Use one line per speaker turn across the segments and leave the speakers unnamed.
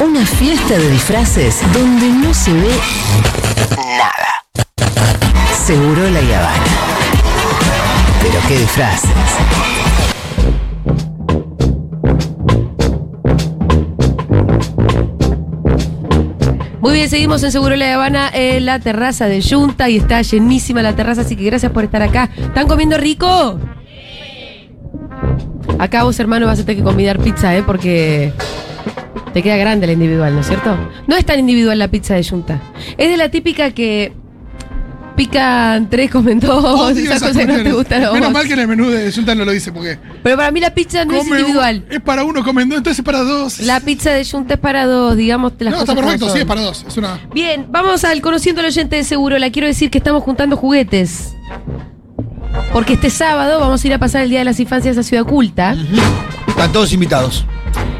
Una fiesta de disfraces donde no se ve nada. Seguro la Yavana. Pero qué disfraces.
Muy bien, seguimos en Seguro La Habana en la terraza de Junta y está llenísima la terraza, así que gracias por estar acá. ¿Están comiendo rico? Acá vos, hermano, vas a tener que convidar pizza, ¿eh? Porque te queda grande la individual, ¿no es cierto? No es tan individual la pizza de Junta. Es de la típica que pican tres, comentó vos,
Odio
esas
esas
cosas que no te
cuestiones.
gustan a vos.
Menos mal que en el menú de Junta no lo dice porque.
Pero para mí la pizza no es
come
individual.
un- es para uno, comen dos, entonces es para dos.
La pizza de Junta es para dos, digamos, las
no,
cosas
está
como
perfecto,
son.
sí, es para dos. Es una.
Bien, vamos al conociendo al oyente de seguro. La quiero decir que estamos juntando juguetes. Porque este sábado vamos a ir a pasar el Día de las Infancias a Ciudad Culta.
Están todos invitados.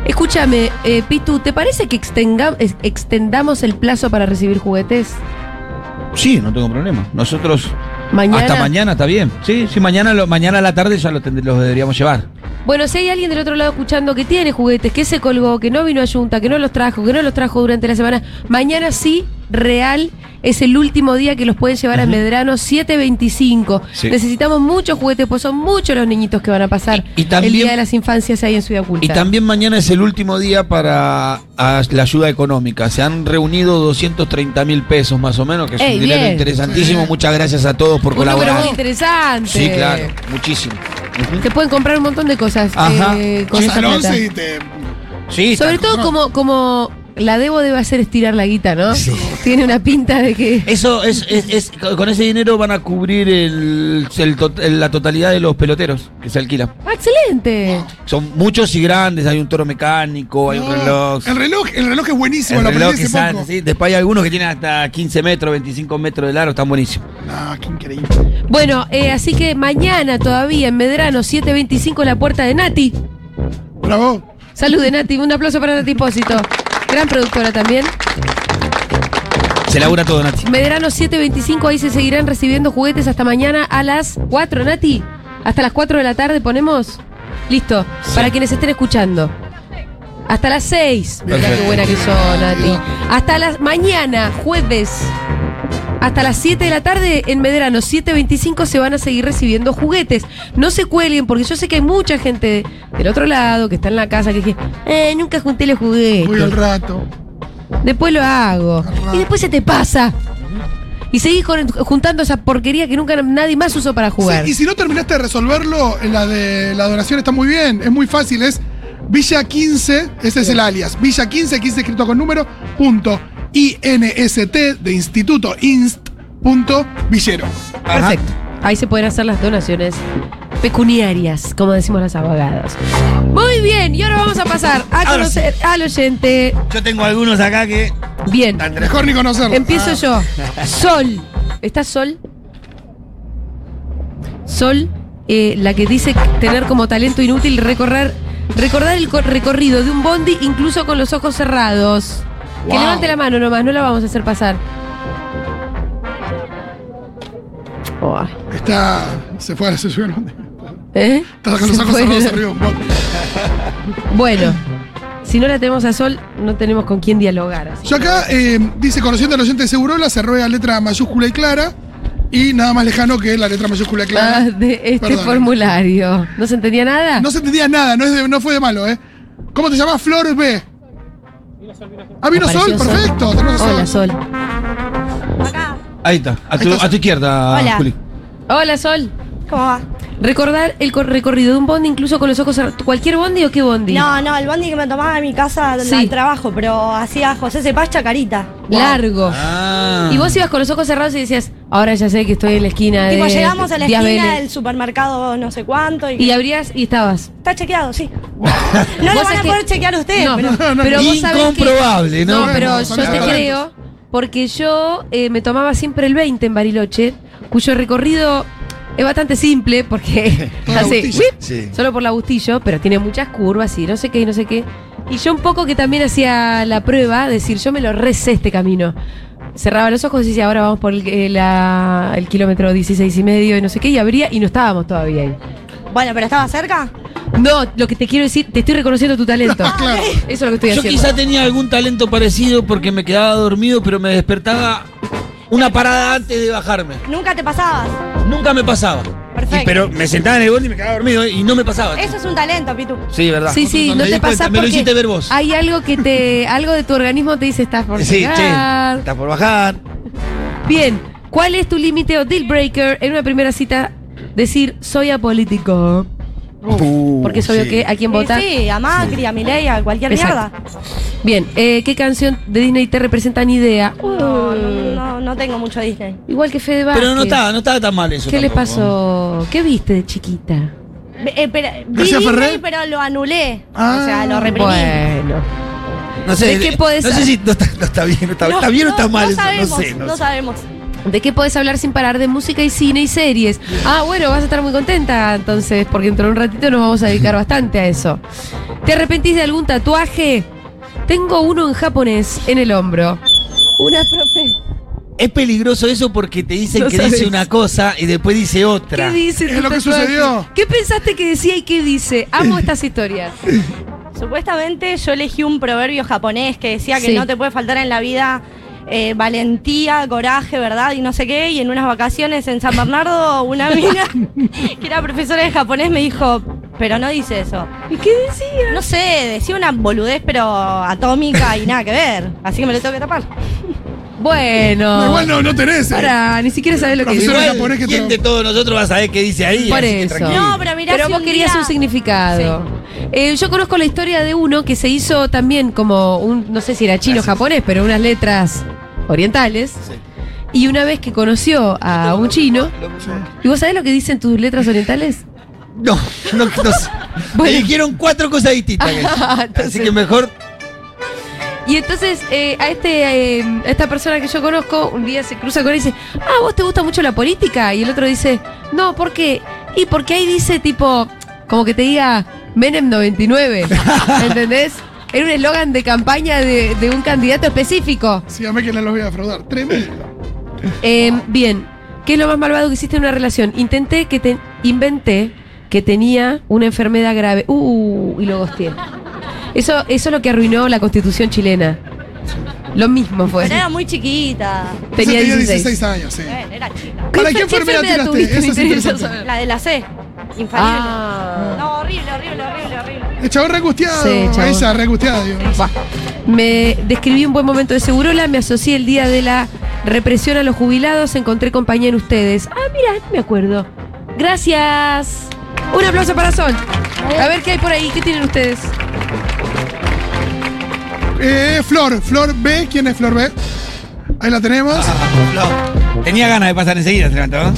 Escúchame, eh, Pitu, ¿te parece que extenga- es- extendamos el plazo para recibir juguetes?
Sí, no tengo problema. Nosotros.
Mañana.
Hasta mañana está bien. Sí, sí, mañana, lo- mañana a la tarde ya los, tend- los deberíamos llevar.
Bueno, si hay alguien del otro lado escuchando que tiene juguetes, que se colgó, que no vino a Junta, que no los trajo, que no los trajo durante la semana, mañana sí, real, es el último día que los pueden llevar a Medrano 725.
Sí.
Necesitamos muchos juguetes, pues son muchos los niñitos que van a pasar
Y- y también-
el Día de las Infancias ahí en Ciudad Culta.
Y también mañana es el último día para ah, la ayuda económica. Se han reunido 230 mil pesos más o menos, que es
Ey,
un dinero
bien.
interesantísimo. Muchas gracias a todos por
Un número muy
colaborar.
interesante.
Sí, claro, muchísimo. Ujú.
Te pueden comprar un montón de cosas.
Ajá.
eh, con
Llegas
esa
al
plata.
11 y te.
Sí,
Sobre
tal-
todo como, como la Debo debe hacer estirar la guita, ¿no? Tiene una pinta de que...
Eso es, es- es- con ese dinero van a cubrir el- el tot- la totalidad de los peloteros que se alquilan.
¡Ah, excelente!
Son muchos y grandes, hay un toro mecánico, hay un
No,
reloj.
El reloj, el reloj es buenísimo,
El
lo
reloj
aprendí
que
hace
sale,
poco.
sí. Después hay algunos que tienen hasta 15 metros, 25 metros de largo, están buenísimos.
No, Ah, qué increíble.
Bueno, eh, así que mañana todavía en Medrano 725 la puerta de Nati.
Bravo.
Salud de Nati, un aplauso para Nati Pósito. Gran productora también.
Se labura todo, Nati.
Medrano 725, ahí se seguirán recibiendo juguetes hasta mañana a las 4, Nati. Hasta las 4 de la tarde ponemos. Listo, para quienes estén escuchando. Hasta las 6. Mirá qué
Perfecto.
buena que son, Nati. Hasta las mañana, jueves. Hasta las 7 de la tarde en Medrano 725 se van a seguir recibiendo juguetes. No se cuelguen porque yo sé que hay mucha gente del otro lado que está en la casa que dice, eh, nunca junté los juguetes.
Voy al rato.
Después lo hago. Y después se te pasa. Y seguís con- juntando esa porquería que nunca nadie más usó para jugar.
Sí, y si no terminaste de resolverlo, eh, la de la donación está muy bien, es muy fácil, es Villa 15, ese es el alias, Villa 15, 15 escrito con número, punto, INST de instituto, inst, punto, villero.
Perfecto. Ahí se pueden hacer las donaciones pecuniarias, como decimos las abogadas. Muy bien, y ahora vamos a pasar a
Ahora sí.
conocer al oyente.
Yo tengo algunos acá que.
Bien,
Mejor ni conocerlo.
empiezo
Ah.
yo. Sol. ¿Está Sol? Sol, eh, la que dice tener como talento inútil recorrer, recordar el co- recorrido de un bondi incluso con los ojos cerrados. Que
Wow.
levante la mano nomás, no la vamos a hacer pasar. Oh,
Está, se fue, se subió. ¿no?
¿eh?
Está con los
Se
ojos
fue.
cerrados arriba. un poco.
Bueno, si no la tenemos a Sol, no tenemos con quién dialogar. así.
Yo acá eh, dice, conociendo al oyente de Segurola, se ruega letra mayúscula y clara, y nada más lejano que la letra mayúscula y clara.
Ah, de este
Perdón.
formulario. ¿No se entendía nada?
No se entendía nada, no, es de- no fue de malo, ¿eh? ¿Cómo te llamas, Flor B? Ah, vino Sol,
Apareció Sol.
perfecto. tenemos a
Hola,
Sol.
Sol.
Acá.
Ahí está, a tu, a tu izquierda,
Hola.
Juli.
Hola, Sol.
¿Cómo va?
Recordar el cor- recorrido de un bondi incluso con los ojos cerrados. ¿Cualquier bondi o qué bondi?
No, no, el bondi que me tomaba en mi casa
Sí.
al trabajo, pero hacía José Cepaz Chacarita.
Largo.
Ah.
Y vos ibas con los ojos cerrados y decías, ahora ya sé que estoy en la esquina
Tipo,
de.
llegamos a la
Díaz
esquina
Vélez".
del supermercado no sé cuánto y,
Y abrías y estabas.
está chequeado, sí. no lo
Vos
van
sabés
a
que-
poder chequear ustedes,
No,
pero
pero, vos sabés que-
Incomprobable,
No,
¿no?
pero
no,
yo
son
te
talentos.
creo, porque yo eh, me tomaba siempre el 20 en Bariloche, cuyo recorrido es bastante simple, porque
Por la
hace
Bustillo.
whip,
Sí.
solo por la Bustillo, pero tiene muchas curvas y no sé qué y no sé qué. Y yo un poco que también hacía la prueba, decir, yo me lo recé este camino. Cerraba los ojos y decía, ahora vamos por el, eh, la- el kilómetro 16 y medio y no sé qué, y abría y no estábamos todavía ahí.
bueno, pero estaba cerca.
No, lo que te quiero decir, te estoy reconociendo tu talento.
Claro.
Eso es lo que estoy
Ah, Yo
haciendo.
quizá tenía algún talento parecido porque me quedaba dormido, pero me despertaba una parada antes de bajarme.
Nunca te pasabas.
Nunca me pasaba.
Perfecto.
Y- pero me sentaba en el bondi y me quedaba dormido y no me pasaba.
Eso es un talento, Pitu.
Sí, verdad.
Sí, sí,
Me
no
di
te
cuenta,
pasás
Me lo
porque
hiciste ver vos.
Hay algo que te, algo de tu organismo te dice estás por
Sí, che,
llegar.
está por bajar.
Bien, ¿cuál es tu límite o deal breaker en una primera cita? Decir soy apolítico. Porque es obvio
sí.
que a quien
Sí,
vota.
Sí, a Macri, a Milei, a cualquier
Exacto.
mierda.
Bien, eh, ¿qué canción de Disney te representa ni idea?
No, no, no, no tengo mucho Disney.
Igual que Fede Vázquez.
Pero no estaba, no estaba tan mal eso.
¿Qué le
tampoco.
pasó? ¿Qué viste de chiquita?
Eh, pero, vi
¿García
Disney,
Ferré?
pero lo anulé.
Ah,
o sea, lo reprimí.
Bueno.
No sé, eh,
¿De qué podés
no sé
saber?
si no está, no está bien, no está,
No,
está bien o está
no,
mal
no
eso,
sabemos,
no sé. No sé.
sabemos.
¿De qué podés hablar sin parar? De música y cine y series. Ah, bueno, vas a estar muy contenta entonces, porque dentro de un ratito nos vamos a dedicar bastante a eso. ¿Te arrepentís de algún tatuaje? Tengo uno en japonés, en el hombro.
Una profe.
Es peligroso eso porque te dicen
No
que
sabes.
dice una cosa y después dice
¿Qué
otra.
dice
Es
tu
lo que
tatuaje?
sucedió.
¿Qué pensaste que decía y qué dice? Amo estas historias.
Supuestamente yo elegí un proverbio japonés que decía que
Sí.
no te puede faltar en la vida eh, valentía, coraje, verdad y no sé qué. Y en unas vacaciones en San Bernardo, una mina que era profesora de japonés me dijo, pero no dice eso.
¿Y qué decía?
No sé, decía una boludez pero atómica y nada que ver. Así que me lo tengo que tapar.
No,
Bueno.
igual no, no tenés. eh.
Pará, ni siquiera sabés lo que dice.
Profesora de
Igual,
japonés que te
¿Quién
lo-
de todos nosotros va a saber qué dice ahí?
Por
Así que
eso.
tranquilo.
No, pero mirá
Pero
si
vos
un
querías
día-
un significado. Eh, yo conozco la historia de uno que se hizo también como un, no sé si era chino o japonés, pero unas letras orientales. Y una vez que conoció a un chino, ¿y vos sabés lo que dicen tus letras orientales?
No, no, no sé.
Bueno. Ah,
Me dijeron cuatro cosas distintas.
Entonces-
Así que mejor.
Y entonces eh, a este eh, a esta persona que yo conozco un día se cruza con él y dice, ah, vos te gusta mucho la política. Y el otro dice, no, ¿por qué? Y porque ahí dice tipo, como que te diga Menem 99, ¿entendés? Era un eslogan de campaña de, de un candidato específico.
Sí, a mí que no los voy a defraudar. Tremendo.
Eh, bien, ¿qué es lo más malvado que hiciste en una relación? Intenté que te inventé que tenía una enfermedad grave. Uh, y lo gosteé. Eso, eso es lo que arruinó la constitución chilena. Lo mismo fue.
Pero era muy chiquita.
Tenía
Ese
16.
años, sí.
Bueno, era chica.
¿Para qué enfermedad tiraste?
tuviste?
Eso
Me
es
interesa
interesante.
saber.
La de la C. Infalible.
Ah.
No, horrible, horrible, horrible, horrible.
El chabón re angustiado.
Sí, chabón.
Esa, re angustiada, digo.
Buah. Me describí un buen momento de Segurola, me asocié el día de la represión a los jubilados, encontré compañía en ustedes. Ah, mira, me acuerdo. Gracias. Un aplauso para Sol. A ver qué hay por ahí, qué tienen ustedes.
Eh, Flor, Flor B. ¿Quién es Flor B? Ahí la tenemos.
Tenía ganas de pasar enseguida, se levantó. ¿no?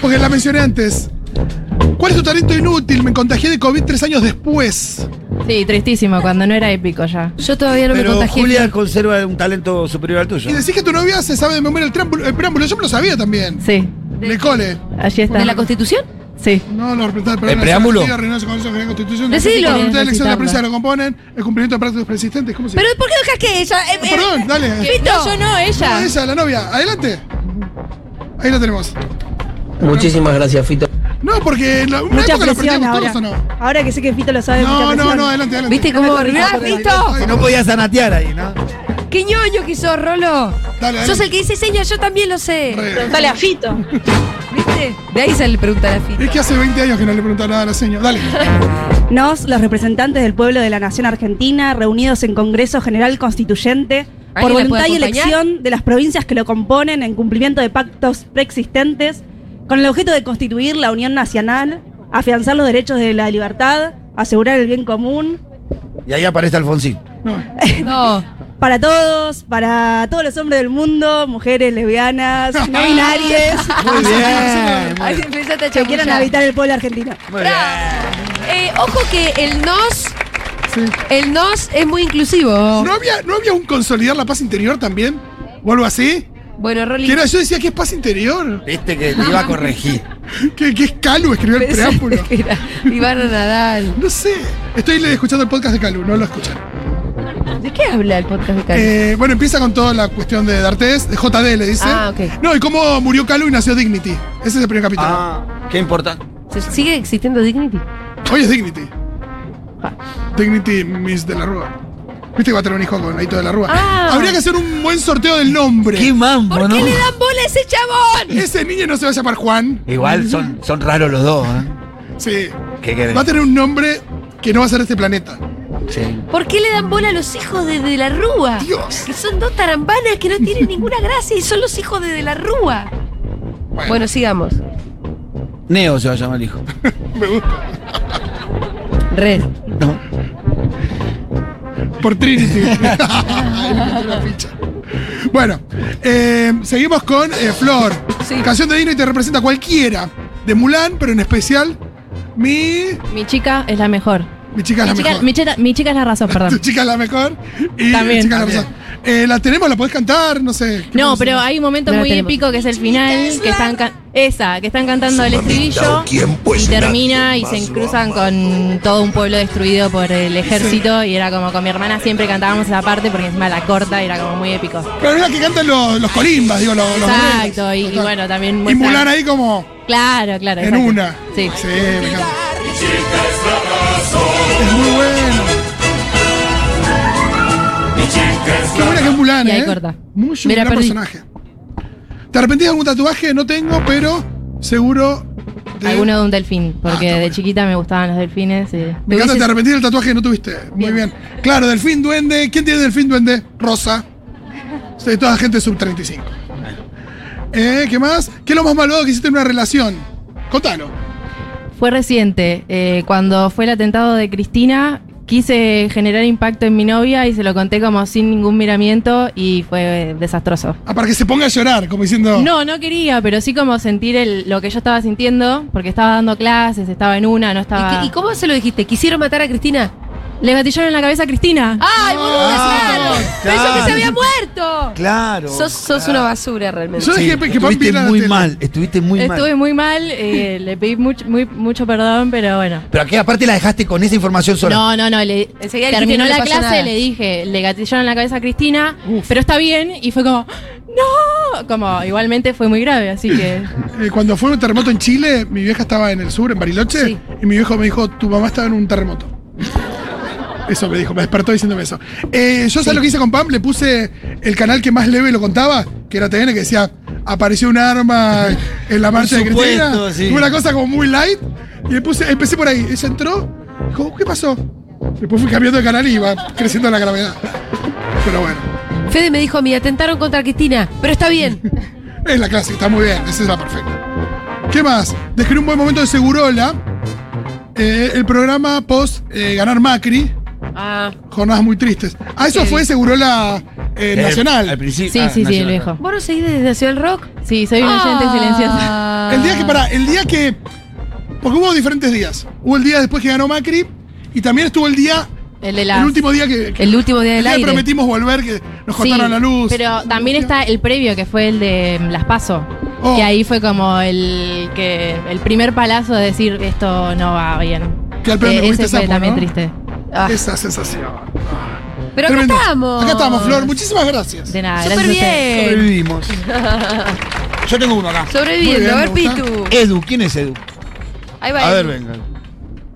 Porque la mencioné antes. ¿Cuál es tu talento inútil? Me contagié de COVID tres años después.
Sí, tristísimo, cuando no era épico ya.
Yo todavía no me
Pero
contagié.
Julia conserva un talento superior al tuyo.
Y decís que tu novia se sabe de memoria el, triángulo- el preámbulo. Yo me lo sabía también.
Sí,
De cole.
allí está.
¿De la Constitución?
Sí.
No, los representantes del
¿El preámbulo?
Constitución.
Decilo.
La voluntad de elección de la
Recitarlo.
provincia lo componen. El cumplimiento de prácticas persistentes. ¿Cómo se
Pero ¿por qué dejas que ella? Eh, eh,
Perdón, dale.
Pito.
yo no,
No,
ella.
esa, la novia. Adelante. Ahí la tenemos.
Muchísimas gracias, Fito.
No, porque en la, una
Mucha
época lo
presión
aprendíamos
ahora.
todos o no.
Ahora que sé que Fito lo sabe,
No,
mucha
no,
presión.
no, adelante, adelante.
¿Viste cómo?
No me corrijas,
¿Mirá,
por ahí.
Pito?
Ay,
No podía zanatear ahí, ¿no?
¡Qué ñoño que sos, Rolo!
Dale, dale.
Sos el que dice señas, yo también lo sé.
Re.
Preguntale a Fito.
¿Viste? De ahí sale pregunta la fita.
Es que hace 20 años que no le preguntaba nada a la señora. Dale.
Nos, los representantes del pueblo de la Nación Argentina, reunidos en Congreso General Constituyente, por
¿Alguien la puede
voluntad y
acompañar?
elección de las provincias que lo componen en cumplimiento de pactos preexistentes, con el objeto de constituir la Unión Nacional, afianzar los derechos de la libertad, asegurar el bien común
Y ahí aparece Alfonsín.
No.
No.
para todos, para todos los hombres del mundo, mujeres, lesbianas, no binarias,
Muy bien.
Ahí empezaste a
que quieran
chamullar.
habitar el pueblo argentino.
Muy bien.
Eh, ojo que el nos,
Sí.
el nos es muy inclusivo.
¿No había, ¿No había un consolidar la paz interior también? ¿O algo así?
Bueno, Rolly,
Que era, yo decía que es paz interior.
Viste que te iba a corregir.
Que, que es Calu escribió el
pensé
preámbulo.
que era Ivana Nadal.
No sé. Estoy le- escuchando el podcast de Calu, no lo escuchan.
¿De qué habla el podcast de Cali?
Eh, bueno, empieza con toda la cuestión de D'Artés, de JD le dice.
Ah, ok.
No, y cómo murió Calu y nació Dignity. Ese es el primer capítulo.
Ah, qué importante.
¿Se- ¿Sigue existiendo Dignity?
Hoy es Dignity. Dignity Miss de la Rúa. Viste que va a tener un hijo con Aito de la Rúa.
Ah.
Habría que hacer un buen sorteo del nombre.
Qué mambo,
¿Por
¿no?
qué le dan bola a ese chabón?
Ese niño no se va a llamar Juan.
Igual son, son raros los dos, ¿eh?
Sí.
¿Qué querés?
Va a tener un nombre que no va a ser de este planeta.
Sí.
¿Por qué le dan bola a los hijos de De la Rúa?
Dios.
Que son dos tarambanas que no tienen ninguna gracia y son los hijos de De la Rúa.
Bueno,
Bueno, sigamos.
Neo se va a llamar el hijo.
me gusta.
Red.
No.
Por Trinity. Ahí le metí una ficha. Bueno, eh, seguimos con eh, Flor.
Sí.
Canción de Disney te representa cualquiera. De Mulan, pero en especial mi.
Mi chica es la mejor.
Mi chica
Mi
es la
chica,
mejor.
mi cheta- mi chica es la razón,
Tu
perdón.
chica es la mejor. Y
También.
mi chica es la
También.
razón. Eh, la tenemos, la podés cantar, no sé. ¿qué
No,
podemos
pero
hacer?
hay un momento
No la
muy
tenemos.
épico que es el final, que están can- esa, que están cantando el estribillo y termina y se cruzan con todo un pueblo destruido por el ejército y era como con mi hermana siempre cantábamos esa parte porque encima la corta y era como muy épico.
Pero es la que cantan los, los colimbas, digo, los. los
Exacto, y,
reyes.
y bueno, también
Y
muestra-
Mulan ahí como
Claro, claro.
en
exacto.
una.
Sí.
Sí, me encanta. Es muy bueno. Qué buena que es Mulan,
Y ahí
¿eh?
corta.
Mucho
Mira,
gran
perdí.
personaje. ¿Te arrepentís de algún tatuaje? No tengo, pero seguro. de-
Alguno de un delfín,
Ah, está
porque de
bueno.
chiquita me gustaban los delfines. eh. y-
Me encanta, te arrepentís del tatuaje que no tuviste. Muy bien. Claro, Delfín Duende. ¿Quién tiene Delfín Duende? Rosa. Sí, toda gente sub 35. Eh, ¿Qué más? ¿Qué es lo más malvado que hiciste en una relación? Contalo.
Fue reciente, eh, cuando fue el atentado de Cristina, quise generar impacto en mi novia y se lo conté como sin ningún miramiento y fue eh, desastroso.
Ah, para que se ponga a llorar, como diciendo.
No, no quería, pero sí como sentir el- lo que yo estaba sintiendo, porque estaba dando clases, estaba en una, no
¿Y,
estaba...
qué- y cómo se lo dijiste? ¿Quisieron matar a Cristina?
Le gatillaron en la cabeza a Cristina.
¡Ay, boludo!
Ah,
¡Claro!
claro.
¡Pensó que se había muerto!
Claro.
Sos, sos una basura realmente.
Yo dejé que Pam
estuviste
viera la
muy
tele.
mal, estuviste muy
Estuve
mal.
muy mal, eh, le pedí mucho, muy, mucho perdón, pero bueno.
Pero aquí aparte la dejaste con esa información sola.
No, no, no. Le,
Enseguida dijiste,
terminó
no le
la
pasó
clase,
nada.
le dije, le gatillaron en la cabeza a Cristina, pero está bien, y fue como, ¡No! Como, igualmente fue muy grave, así que.
Eh, cuando fue un terremoto en Chile, mi vieja estaba en el sur, en Bariloche,
Sí.
y mi viejo me dijo, tu mamá estaba en un terremoto. Eso me dijo, me despertó diciéndome eso. Eh, yo sabes lo que hice con Pam, le puse el canal que más leve lo contaba, que era TN, que decía, apareció un arma en la marcha
Por
de Cristina.
supuesto, sí.
Fue Una cosa como muy light. Y le puse, empecé por ahí. Ella entró, dijo, ¿qué pasó? Después fui cambiando de canal y iba creciendo la gravedad. Pero bueno,
Fede me dijo a mí, atentaron contra Cristina, pero está bien.
es la clase, está muy bien, esa es la perfecta. ¿Qué más? Describí un buen momento de Segurola. eh, el programa post eh, ganar Macri.
Ah.
Jornadas muy tristes. Ah, eso fue Segurola eh,
Eh,
Nacional.
Al
El,
principio.
Sí,
ah,
sí, sí,
nacional.
el viejo.
¿Vos no seguís desde Nacional Rock?
Sí, soy una
Ah.
oyente silenciosa.
día que, para, el día que. Porque hubo diferentes días. Hubo el día después que ganó Macri. Y también estuvo el día.
El de las-
el último día que. que-
El último día
el
del
día que
aire.
prometimos volver, que nos
Sí,
cortaron la luz.
Pero también está el previo, que fue el de mm, Las Paso.
Oh.
Que ahí fue como el que el primer palazo de decir esto no va bien. Eh,
Que al pedo me comiste
ese fue
sapo,
también
¿no?
triste. Ah,
Esa sensación.
Pero acá
Tremendo.
estamos.
Acá estamos, Flor. Muchísimas gracias.
de nada,
Súper
gracias a ustedes.
bien.
Sobrevivimos. Yo tengo uno acá.
Sobreviviendo.
Muy bien,
a ver,
me gusta.
Pitu.
Edu, ¿quién es Edu?
Ahí va.
A ver,
Edu.
venga.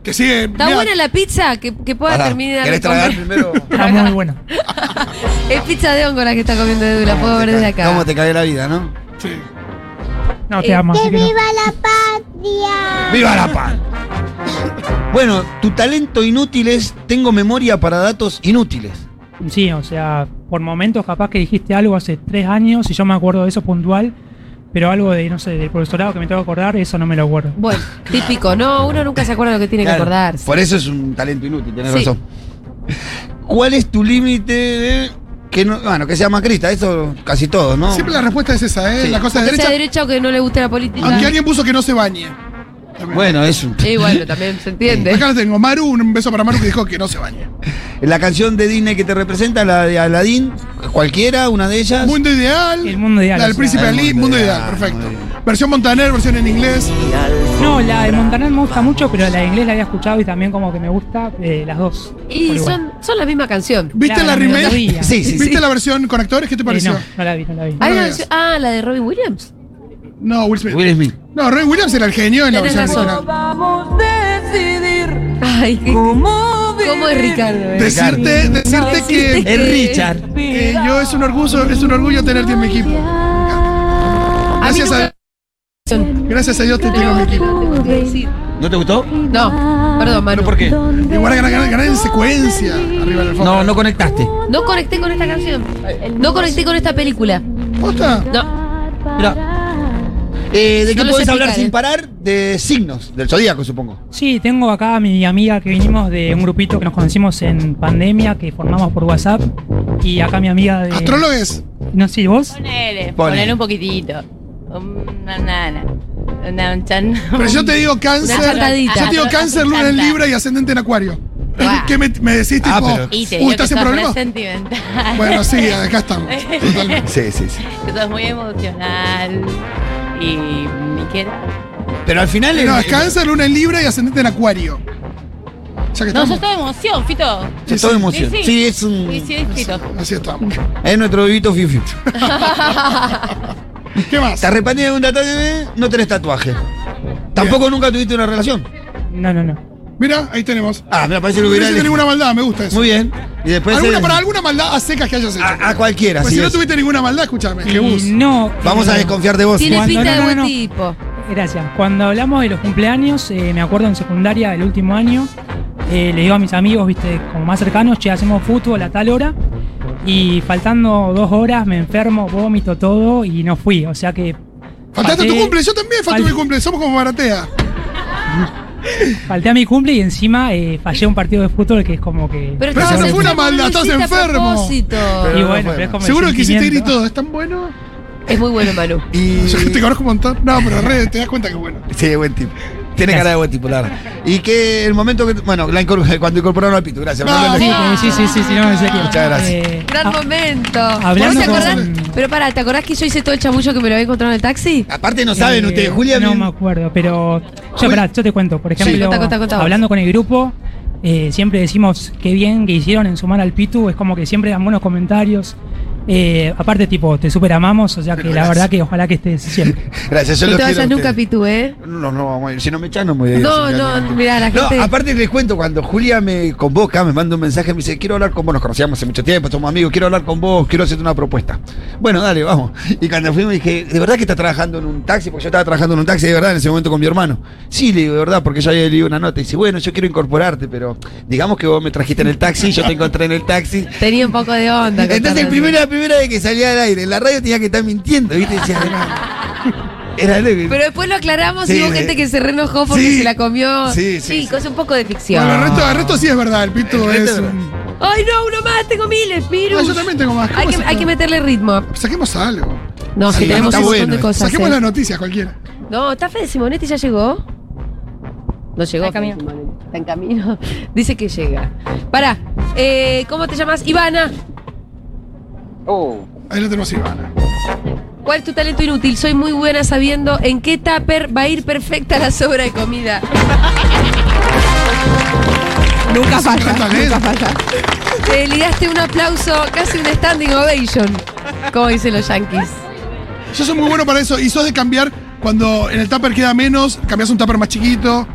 Que sigue.
¿Está
mirá,
buena la pizza? Que, que pueda
Pará,
terminar de
¿Querés tragar
comer.
primero?
Está muy bueno.
Es pizza de hongo la que está comiendo Edu, la puedo ver desde acá.
¿Cómo te cae la vida, no?
sí.
No, te amo. así Eh, que no.
¡Viva la pan! Bueno, tu talento inútil es tengo memoria para datos inútiles.
Sí, o sea, por momentos capaz que dijiste algo hace tres años y yo me acuerdo de eso puntual, pero algo de, no sé, del profesorado que me tengo que acordar, eso no me lo acuerdo.
Bueno, típico, no, uno nunca se acuerda lo que tiene
Claro,
que acordarse.
Por eso es un talento inútil, tenés
Sí.
razón. ¿Cuál es tu límite de que no, bueno, que sea macrista? Eso casi todos, ¿no?
Siempre la respuesta es esa, ¿eh?
Oh. Sí.
La cosa de
Que sea
derecha.
derecha o que no le guste la política.
Aunque alguien puso que no se bañe.
Bueno, es un-
Eh, bueno, también se entiende.
Acá lo tengo. Maru, un beso para Maru que dijo que no se bañe.
la canción de Disney que te representa, la de Aladdin, cualquiera, una de ellas.
Mundo ideal.
El mundo ideal,
La del
o sea.
príncipe
El
Ali,
mundo
mundo
ideal,
ideal, perfecto.
muy bien.
Versión Montaner, versión en inglés.
No, la de Montaner me gusta mucho, pero la de inglés la había escuchado y también como que me gusta eh, las dos.
Y
Por igual.
son, son la misma canción.
¿Viste
Claro,
la
no
remake?
sabía.
Sí, sí, sí.
¿Viste la versión con actores? ¿Qué te
Eh,
pareció?
no, no la vi, no la vi.
Ah.
Hay
lo
una
veas.
canción- ah, la de Robbie Williams.
no. Will Smith.
Will Smith.
No, Roy Williams era el genio en la
Tenés
versión
razón.
original.
Vamos a decidir
Ay, qué-
¿Cómo,
¿Cómo es Ricardo? eh?
Decirte, decirte que.
Es Richard.
Eh, yo es un orgullo, es un orgullo tenerte en mi equipo. Gracias a, gracias a Dios te tengo en mi equipo.
¿No te gustó?
No, perdón, Manu.
¿Pero por qué?
Igual ganar, ganar, ganar en secuencia arriba en el fondo.
No, no conectaste.
No conecté con esta canción. No conecté con esta película.
¿Posta?
No.
Mira. Eh, ¿De
No
qué
lo
podés
sé
hablar
explicar,
sin
eh.
parar? De signos, del zodíaco, supongo.
Sí, tengo acá a mi amiga que vinimos de un grupito que nos conocimos en pandemia, que formamos por WhatsApp. Y acá mi amiga de.
¿Astrólogues?
No sé, ¿y vos?
ponele
Ponele, ponele
un
un poquitito. Una nana. Una chan.
Pero yo te digo cáncer.
saltadita.
Yo te digo cáncer, luna en Libra y ascendente en Acuario.
Guau.
¿Qué me, me decís, tipo?
Ah, pero-
Y te
"Uh,
digo que
¿estás
sos
en problemas?
re sentimental.
Bueno, sí, acá estamos. Totalmente.
Sí, sí, sí.
que sos muy emocional. Y ni que era.
Pero al final.
No,
el-
es cáncer, luna en Libra y ascendente en Acuario. Ya que
No,
estamos.
sos toda emoción, Fito.
Es todo emoción.
Sí, sí.
Sí, es un.
Sí, sí, Fito.
Así estamos.
Es nuestro bebito Fiu Fiu.
¿Qué más?
Te arrepentís de un tatuaje, no tenés tatuaje. Tampoco nunca tuviste una relación.
No, no, no.
Mira, ahí tenemos.
Ah, me parece que
No
lo hubiera
hice ninguna maldad, me gusta eso.
Muy bien. Y después.
¿Alguna,
eh,
para alguna maldad a secas que hayas hecho.
a, a cualquiera.
pues
así
si no
es.
tuviste ninguna maldad, escúchame.
Y
Jebus.
Mm, no.
Vamos a desconfiar de vos.
Tiene
Cuando-
pinta
no,
de
no,
buen
no.
tipo.
Gracias. Cuando hablamos de los cumpleaños, eh, me acuerdo en secundaria, el último año, eh, le digo a mis amigos, viste, como más cercanos, che, hacemos fútbol a tal hora. Y faltando dos horas me enfermo, vómito todo y no fui. O sea que
Faltaste a tu
Falté-
cumple, yo también falté a mi
Fal-
cumple, somos como Baratea.
falté a mi cumple y encima eh, fallé un partido de fútbol que es como que.
Pero,
Pero
estabas
eso no fue una
enfermo, no lo
maldad, estás
hiciste a
enfermo.
propósito.
Pero
y
no
bueno,
fue,
pero es
no.
como el
Seguro que hiciste
sentimiento.
gritos, ¿es tan bueno?
Es muy bueno, Manu.
Y...
Yo que te conozco un montón. No, pero re, te das cuenta que bueno.
Sí, buen tipo. Tiene
Gracias.
cara de buen tipo, la verdad. Y que el momento que. Bueno, la incor- cuando incorporaron al pito, gracias.
No,
Fernando,
Sí,
lo-
sí, sí, sí, sí, no, en serio.
Muchas gracias.
Eh,
Gran
ah,
momento.
hablando
¿Vos te acordás?
con-
Pero para, ¿te acordás que yo hice todo el chamullo que me lo había encontrado en el taxi?
Aparte, no saben
eh,
ustedes, Julia.
No
bien-
me acuerdo, pero. Yo, pará, yo te cuento. Por ejemplo,
contá, contá, contá vos.
hablando con el grupo, eh, siempre decimos qué bien que hicieron en sumar al Pitu. Es como que siempre dan buenos comentarios. Eh, aparte, tipo, te super amamos. O sea que la verdad que ojalá que estés siempre.
Gracias, yo
No
los
te
quiero a
vayas nunca,
ustedes.
Pitu, ¿eh?
No, no, vamos a ir. Si no me echan, no me voy a ir.
No,
Así que
no,
adelante.
mirá, la gente-
No, aparte les cuento, cuando Julia me convoca, me manda un mensaje, me dice, quiero hablar con vos, nos conocíamos hace mucho tiempo, somos amigos, quiero hablar con vos, quiero hacerte una propuesta. Bueno, dale, vamos. Y cuando fui me dije, ¿de verdad que estás trabajando en un taxi? Porque yo estaba trabajando en un taxi, de verdad, en ese momento con mi hermano. Sí, le digo, de verdad, porque yo había leído una nota. Y dice, bueno, yo quiero incorporarte, pero digamos que vos me trajiste en el taxi, yo te encontré en el taxi.
Tenía un poco de onda. con Carlos.
Entonces, primera, primera vez que salía al aire, en la radio tenía que estar mintiendo, ¿viste? Decía, "No". era leve.
Pero después lo aclaramos
Sí,
y hubo
eh.
gente que se reenojó porque
Sí.
se la comió.
Sí, sí, sí.
Chicos, es un poco de ficción.
Bueno, el resto, el resto sí es verdad, el pito
El resto
es.
es verdad.
un-
Ay, no, uno más, tengo miles, virus.
Ah, yo también tengo más. ¿Cómo
Hay que,
se-
hay que meterle ritmo.
Saquemos algo.
No, es
Sí,
que tenemos
está
un montón
bueno
de
esto.
cosas.
Saquemos
eh.
las noticias cualquiera.
No, ¿está Fede Simonetti? ¿Ya llegó? No llegó. Está en camino. Está en camino. Dice que llega. Pará, eh, ¿cómo te llamas? Ivana.
Ahí lo tenemos Ivana.
¿Cuál es tu talento inútil? Soy muy buena sabiendo en qué tupper va a ir perfecta la sobra de comida.
Nunca falla, nunca falla.
Te ligaste un aplauso, casi un standing ovation, como dicen los yankees.
Yo soy muy bueno para eso. Y sos de cambiar cuando en el tupper queda menos, cambias un tupper más chiquito.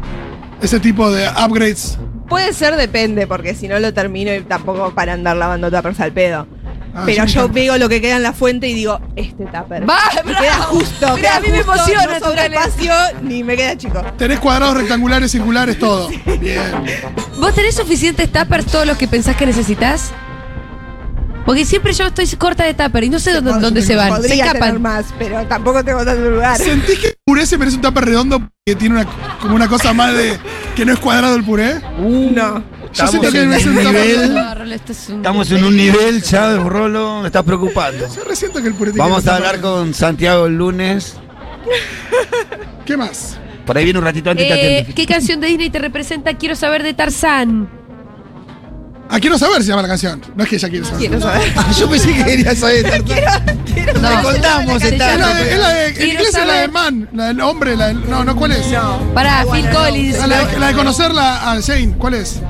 Ese tipo de upgrades.
Puede ser, depende, porque si no lo termino y tampoco para andar lavando tuppers al pedo.
Ah,
Pero
sí,
yo
me
veo lo que queda en la fuente y digo, este tupper.
¡Va!
Me queda justo.
Mirá, a mí me emociona
no
tu talento.
espacio ni me queda chico.
Tenés cuadrados rectangulares, circulares, todo. Bien.
¿Vos tenés suficientes tuppers todos los que pensás que necesitas? Porque siempre yo estoy corta de tupper y no sé dónde, dónde se van. Se
Podría tener
escapan.
más, pero tampoco tengo tanto lugar.
¿Sentís que el puré se merece un tupper redondo porque tiene una, como una cosa más de que no es cuadrado el puré?
No.
Yo
Uh, Estamos
siento que
en
me
un
hace un
nivel-
tupper.
No, Rolo, esto es un-
Estamos en un nivel, Chávez Rolo, me estás preocupando.
Yo resiento que el puré tiene
Vamos
que
a
ser
hablar
tupper.
con Santiago el lunes.
¿Qué más?
Por ahí viene un ratito antes y te
Eh,
atiendo.
¿Qué canción de Disney te representa? Quiero saber de Tarzán.
Ah, quiero saber se llama la canción. No es que ella quiere saber.
Quiero saber.
Ah, yo pensé que quería saber.
No,
Le contamos,
se llama
está.
Es la de, es la de- en
Quiero
inglés es la de
saber-
man, la del hombre, la del, no, no, ¿cuál es?
No.
Pará, Phil Collins.
Ah, La de, la de conocerla a Jane, ¿cuál es?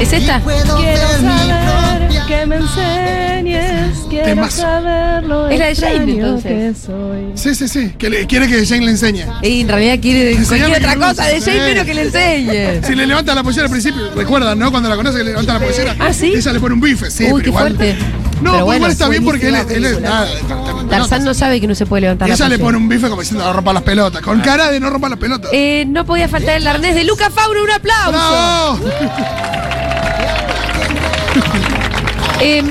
¿Es esta?
Quiero saber
quiero que me enseñes, quiero
Temazo.
saber lo
Es la de Jane,
extraño
entonces.
que soy.
Sí, sí, sí. Que le- quiere que Jane le enseñe.
Y en realidad quiere
Enseñame
cualquier otra
que luz,
cosa de Jane,
eh.
pero que le enseñe.
Si le levanta la pollera al principio, recuerdan, ¿no? Cuando la conoce que le levanta la pollera.
Ah, ¿sí?
Ella le pone un bife, sí.
Uy,
pero
qué
igual-
fuerte.
No,
Pero
pero
bueno,
igual está bien porque él,
buenísima
es- él es.
película.
Nada, está- está-
Tarzán no sabe que no se puede levantar
y
la
ella le
pollera. Ah.
pone un bife como diciendo, no rompa las pelotas. Con cara de no rompa las pelotas.
Eh, no podía faltar el arnés de Luca Fabro, un aplauso.
¡Bravo!
Em,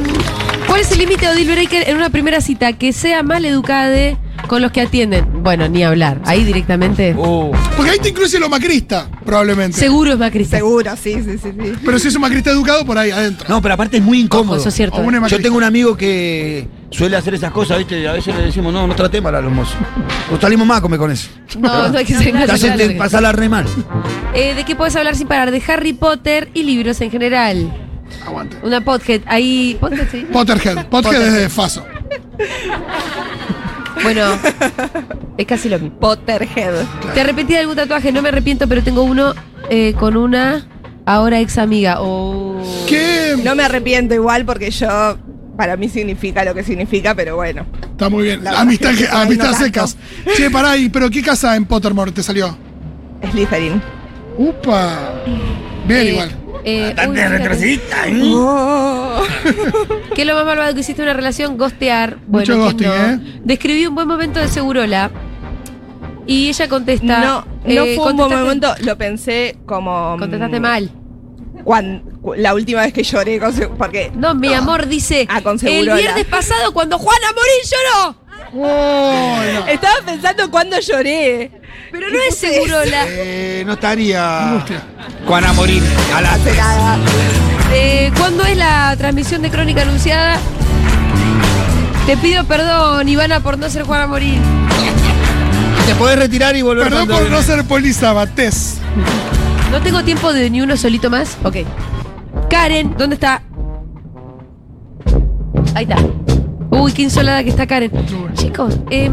¿Cuál es el límite de deal breaker en una primera cita? Que sea mal educada de- con los que atienden. Bueno, ni hablar. Ahí directamente.
Uh.
Porque ahí te incluye lo macrista, probablemente.
Seguro es macrista.
Seguro, sí, sí, sí. sí.
Pero si es un macrista educado, por ahí adentro.
No, pero aparte es muy incómodo.
Eso es
O
cierto.
un
Yo
macrista.
tengo un amigo que suele hacer esas cosas, ¿viste? Y a veces le decimos, no, no traté mal al hermoso. No salimos más a comer con eso.
No, no hay que ser
Te hace te-
gracioso.
pasar la re mal.
Eh, ¿De qué puedes hablar sin parar? De Harry Potter y libros en general.
Aguante.
Una podcast. Ahí. ¿Podhead se dice?
Potterhead. Potterhead es de Faso.
Bueno, es casi lo mismo.
Potterhead.
¿Te arrepentí de algún tatuaje? No me arrepiento, pero tengo uno eh, con una ahora ex amiga. Oh.
Que
No me arrepiento igual porque yo, para mí significa lo que significa, pero bueno.
está muy bien.
La verdad
Amistad,
que
que-
no tengo
amistad
tanto.
secas. Che, pará, y- pero ¿qué casa en Pottermore te salió?
Slytherin.
Upa. Bien,
Eh,
igual. Ah,
eh, uy, fíjate.
Oh.
¿Qué es lo más malvado que hiciste en una relación? Gostear.
Mucho
Bueno,
ghosting,
¿quién
¿eh?
Describí un buen momento de Segurola. Y ella contesta.
No, no
eh,
fue un buen
contestaste-
momento, lo pensé como... mm,
Contestaste mal.
cuan- cu- la última vez que lloré, con se- porque
No, mi amor dice.
Ah, con
el
Segurola.
viernes pasado, cuando Juana Morín lloró.
Oh, no.
estaba pensando cuándo lloré.
Pero no es Segurola.
Eh, no estaría.
Angustia.
Juana Morín. A la
Eh, ¿Cuándo es la transmisión de Crónica Anunciada? Te pido perdón, Ivana, por no ser Juana Morín.
Te podés retirar y volver
Perdón
cuando-
por no ser polizabates.
No tengo tiempo de ni uno solito más. Ok. Karen, ¿dónde está? Ahí está. Uy, qué insolada que está Karen. Chicos, eh,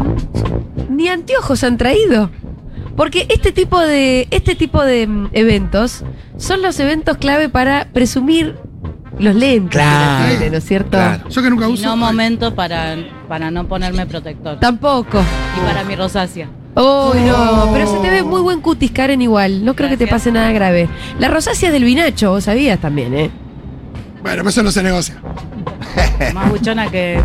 ni anteojos han traído. Porque este tipo de. este tipo de mm, eventos son los eventos clave para presumir los lentes. de la
Claro,
tele, ¿No es cierto?
claro.
Yo que nunca
Y
uso.
no momentos para, para no ponerme protector.
Tampoco.
Y para mi rosácea.
Oh, no,
Oh.
pero se te ve muy buen cutis, Karen, igual. No creo que te
Gracias.
pase nada grave. La rosácea es del vinacho, vos sabías también, ¿eh?
Bueno, pero eso no se negocia. Eh.
Más buchona que.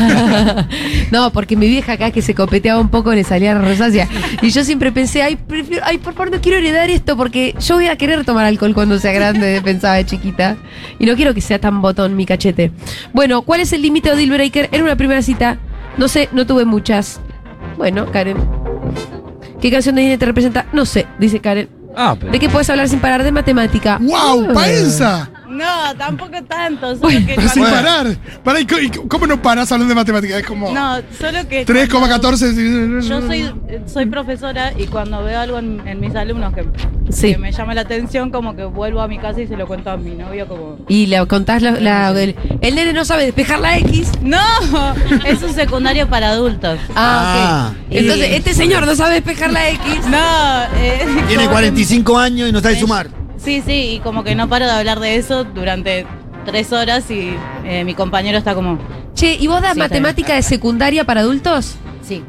no, porque mi vieja acá que se copeteaba un poco le salía la rosácea. Y yo siempre pensé, ay, prefiero- ay, por favor, no quiero heredar esto porque yo voy a querer tomar alcohol cuando sea grande, pensaba de chiquita. Y no quiero que sea tan botón mi cachete. Bueno, ¿cuál es el límite de deal breaker? Era una primera cita. No sé, no tuve muchas. Bueno, Karen. ¿Qué canción de Disney te representa? No sé, dice Karen.
Ah, pero.
¿De qué puedes hablar sin parar? De matemática.
¡Wow!
Ah.
¡Paenza!
No, tampoco tanto. Solo
Bueno,
que
Pero sin
cuando-
parar. Pará, ¿y co- y co- ¿cómo no parás hablando de matemáticas? Es como.
No, solo que. cuando-
3,14.
Yo soy, eh, soy profesora y cuando veo algo en, en mis alumnos que,
Sí.
que me llama la atención, como que vuelvo a mi casa y se lo cuento a mi novio, como.
Y le contás la, la- el, el nene no sabe despejar la X.
¡No! Es un secundario para adultos.
Ah,
Ah.
ok. Entonces, este señor no sabe despejar la X.
No, eh, como
Tiene
que-
45 años y no sabe sumar.
Sí, sí, y como que no paro de hablar de eso durante tres horas y eh, mi compañero está como,
Che, ¿y vos das
Sí,
matemática de secundaria para adultos?
sí,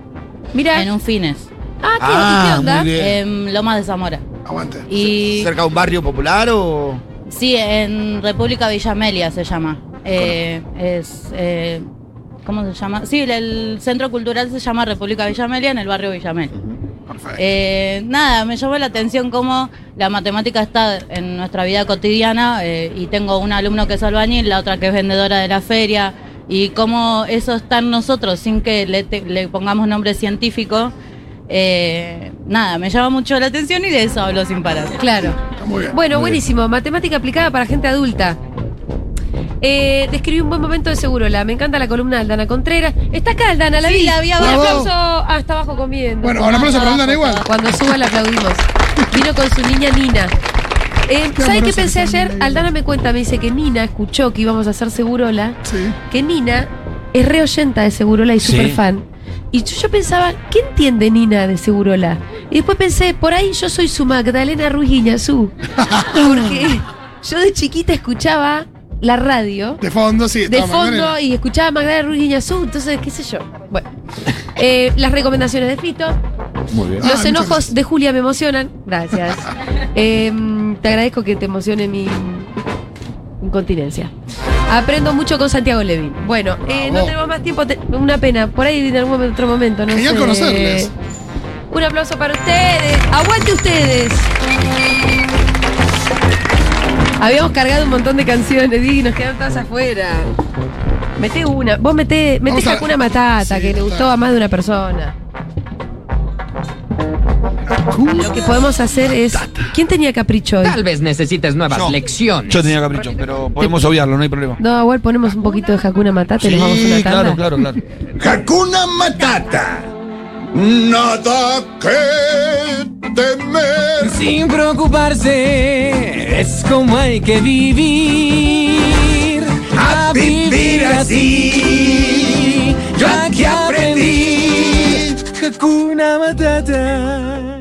Mira.
en un fines,
Ah, ¿qué,
Ah,
¿qué onda?
muy bien.
en Lomas de Zamora.
Aguante.
Y
¿Cerca de un barrio popular o.?
sí, en República Villa Amelia se llama. Eh, es, eh, ¿Cómo se llama? Sí, el, el centro cultural se llama República Villa Amelia en el barrio Villa Amelia.
Perfecto.
Eh, nada, me llamó la atención cómo la matemática está en nuestra vida cotidiana eh, y tengo un alumno que es albañil, la otra que es vendedora de la feria y cómo eso está en nosotros sin que le, te- le pongamos nombre científico. Eh, nada, me llama mucho la atención y de eso hablo sin parar.
Claro.
Está muy bien.
Bueno, buenísimo. Matemática aplicada para gente adulta. Eh, describí un buen momento de seguro. La, me encanta la columna de Aldana Contreras. Está acá Aldana, la
Sí,
vi.
la vi
Un
ahora.
aplauso. Ah, está abajo comiendo.
Bueno, ahora aplauso para Aldana igual.
Cuando suba la aplaudimos. Vino con su niña Nina. Eh,
Qué
¿Saben qué
amorosa
pensé
que son,
ayer?
Nina.
Aldana me cuenta, me dice que Nina escuchó que íbamos a hacer Segurola,
Sí.
que Nina es reoyenta de Segurola y
Sí.
super fan. Y yo, yo pensaba, ¿qué entiende Nina de Segurola? Y después pensé, por ahí yo soy su Magdalena Ruiz Guiñazú. Porque yo de chiquita escuchaba la radio.
De fondo, sí.
de
estaba
Ah,
fondo
Magdalena.
y escuchaba a Magdalena Ruiz Guiñazú, entonces, qué sé yo. Bueno, Eh, las recomendaciones de Fito.
Muy bien.
Los
Ah,
enojos de Julia me emocionan. Gracias. Eh, te agradezco que te emocione mi incontinencia. Aprendo mucho con Santiago Levin. Bueno, eh, no
Bravo.
tenemos más tiempo. te- una pena. Por ahí en algún momento- otro momento. No
Genial
sé.
conocerles.
Un aplauso para ustedes. Aguante ustedes. Habíamos cargado un montón de canciones y nos quedaron todas afuera. Mete una. Vos meté, meté
Vamos a-
Hakuna Matata,
Sí,
que le
total.
gustó a más de una persona. Lo que podemos hacer es. ¿Quién tenía capricho hoy?
Tal vez necesites nuevas
Yo.
lecciones.
Yo tenía capricho, pero podemos obviarlo, no hay problema.
No, igual ponemos un poquito de Hakuna Matata y nos vamos a una
Sí,
tanda.
claro, claro, claro.
Hakuna Matata. Nada que temer.
Sin preocuparse, es como hay que vivir. A vivir así. Yo aquí aprendí. Hakuna Matata.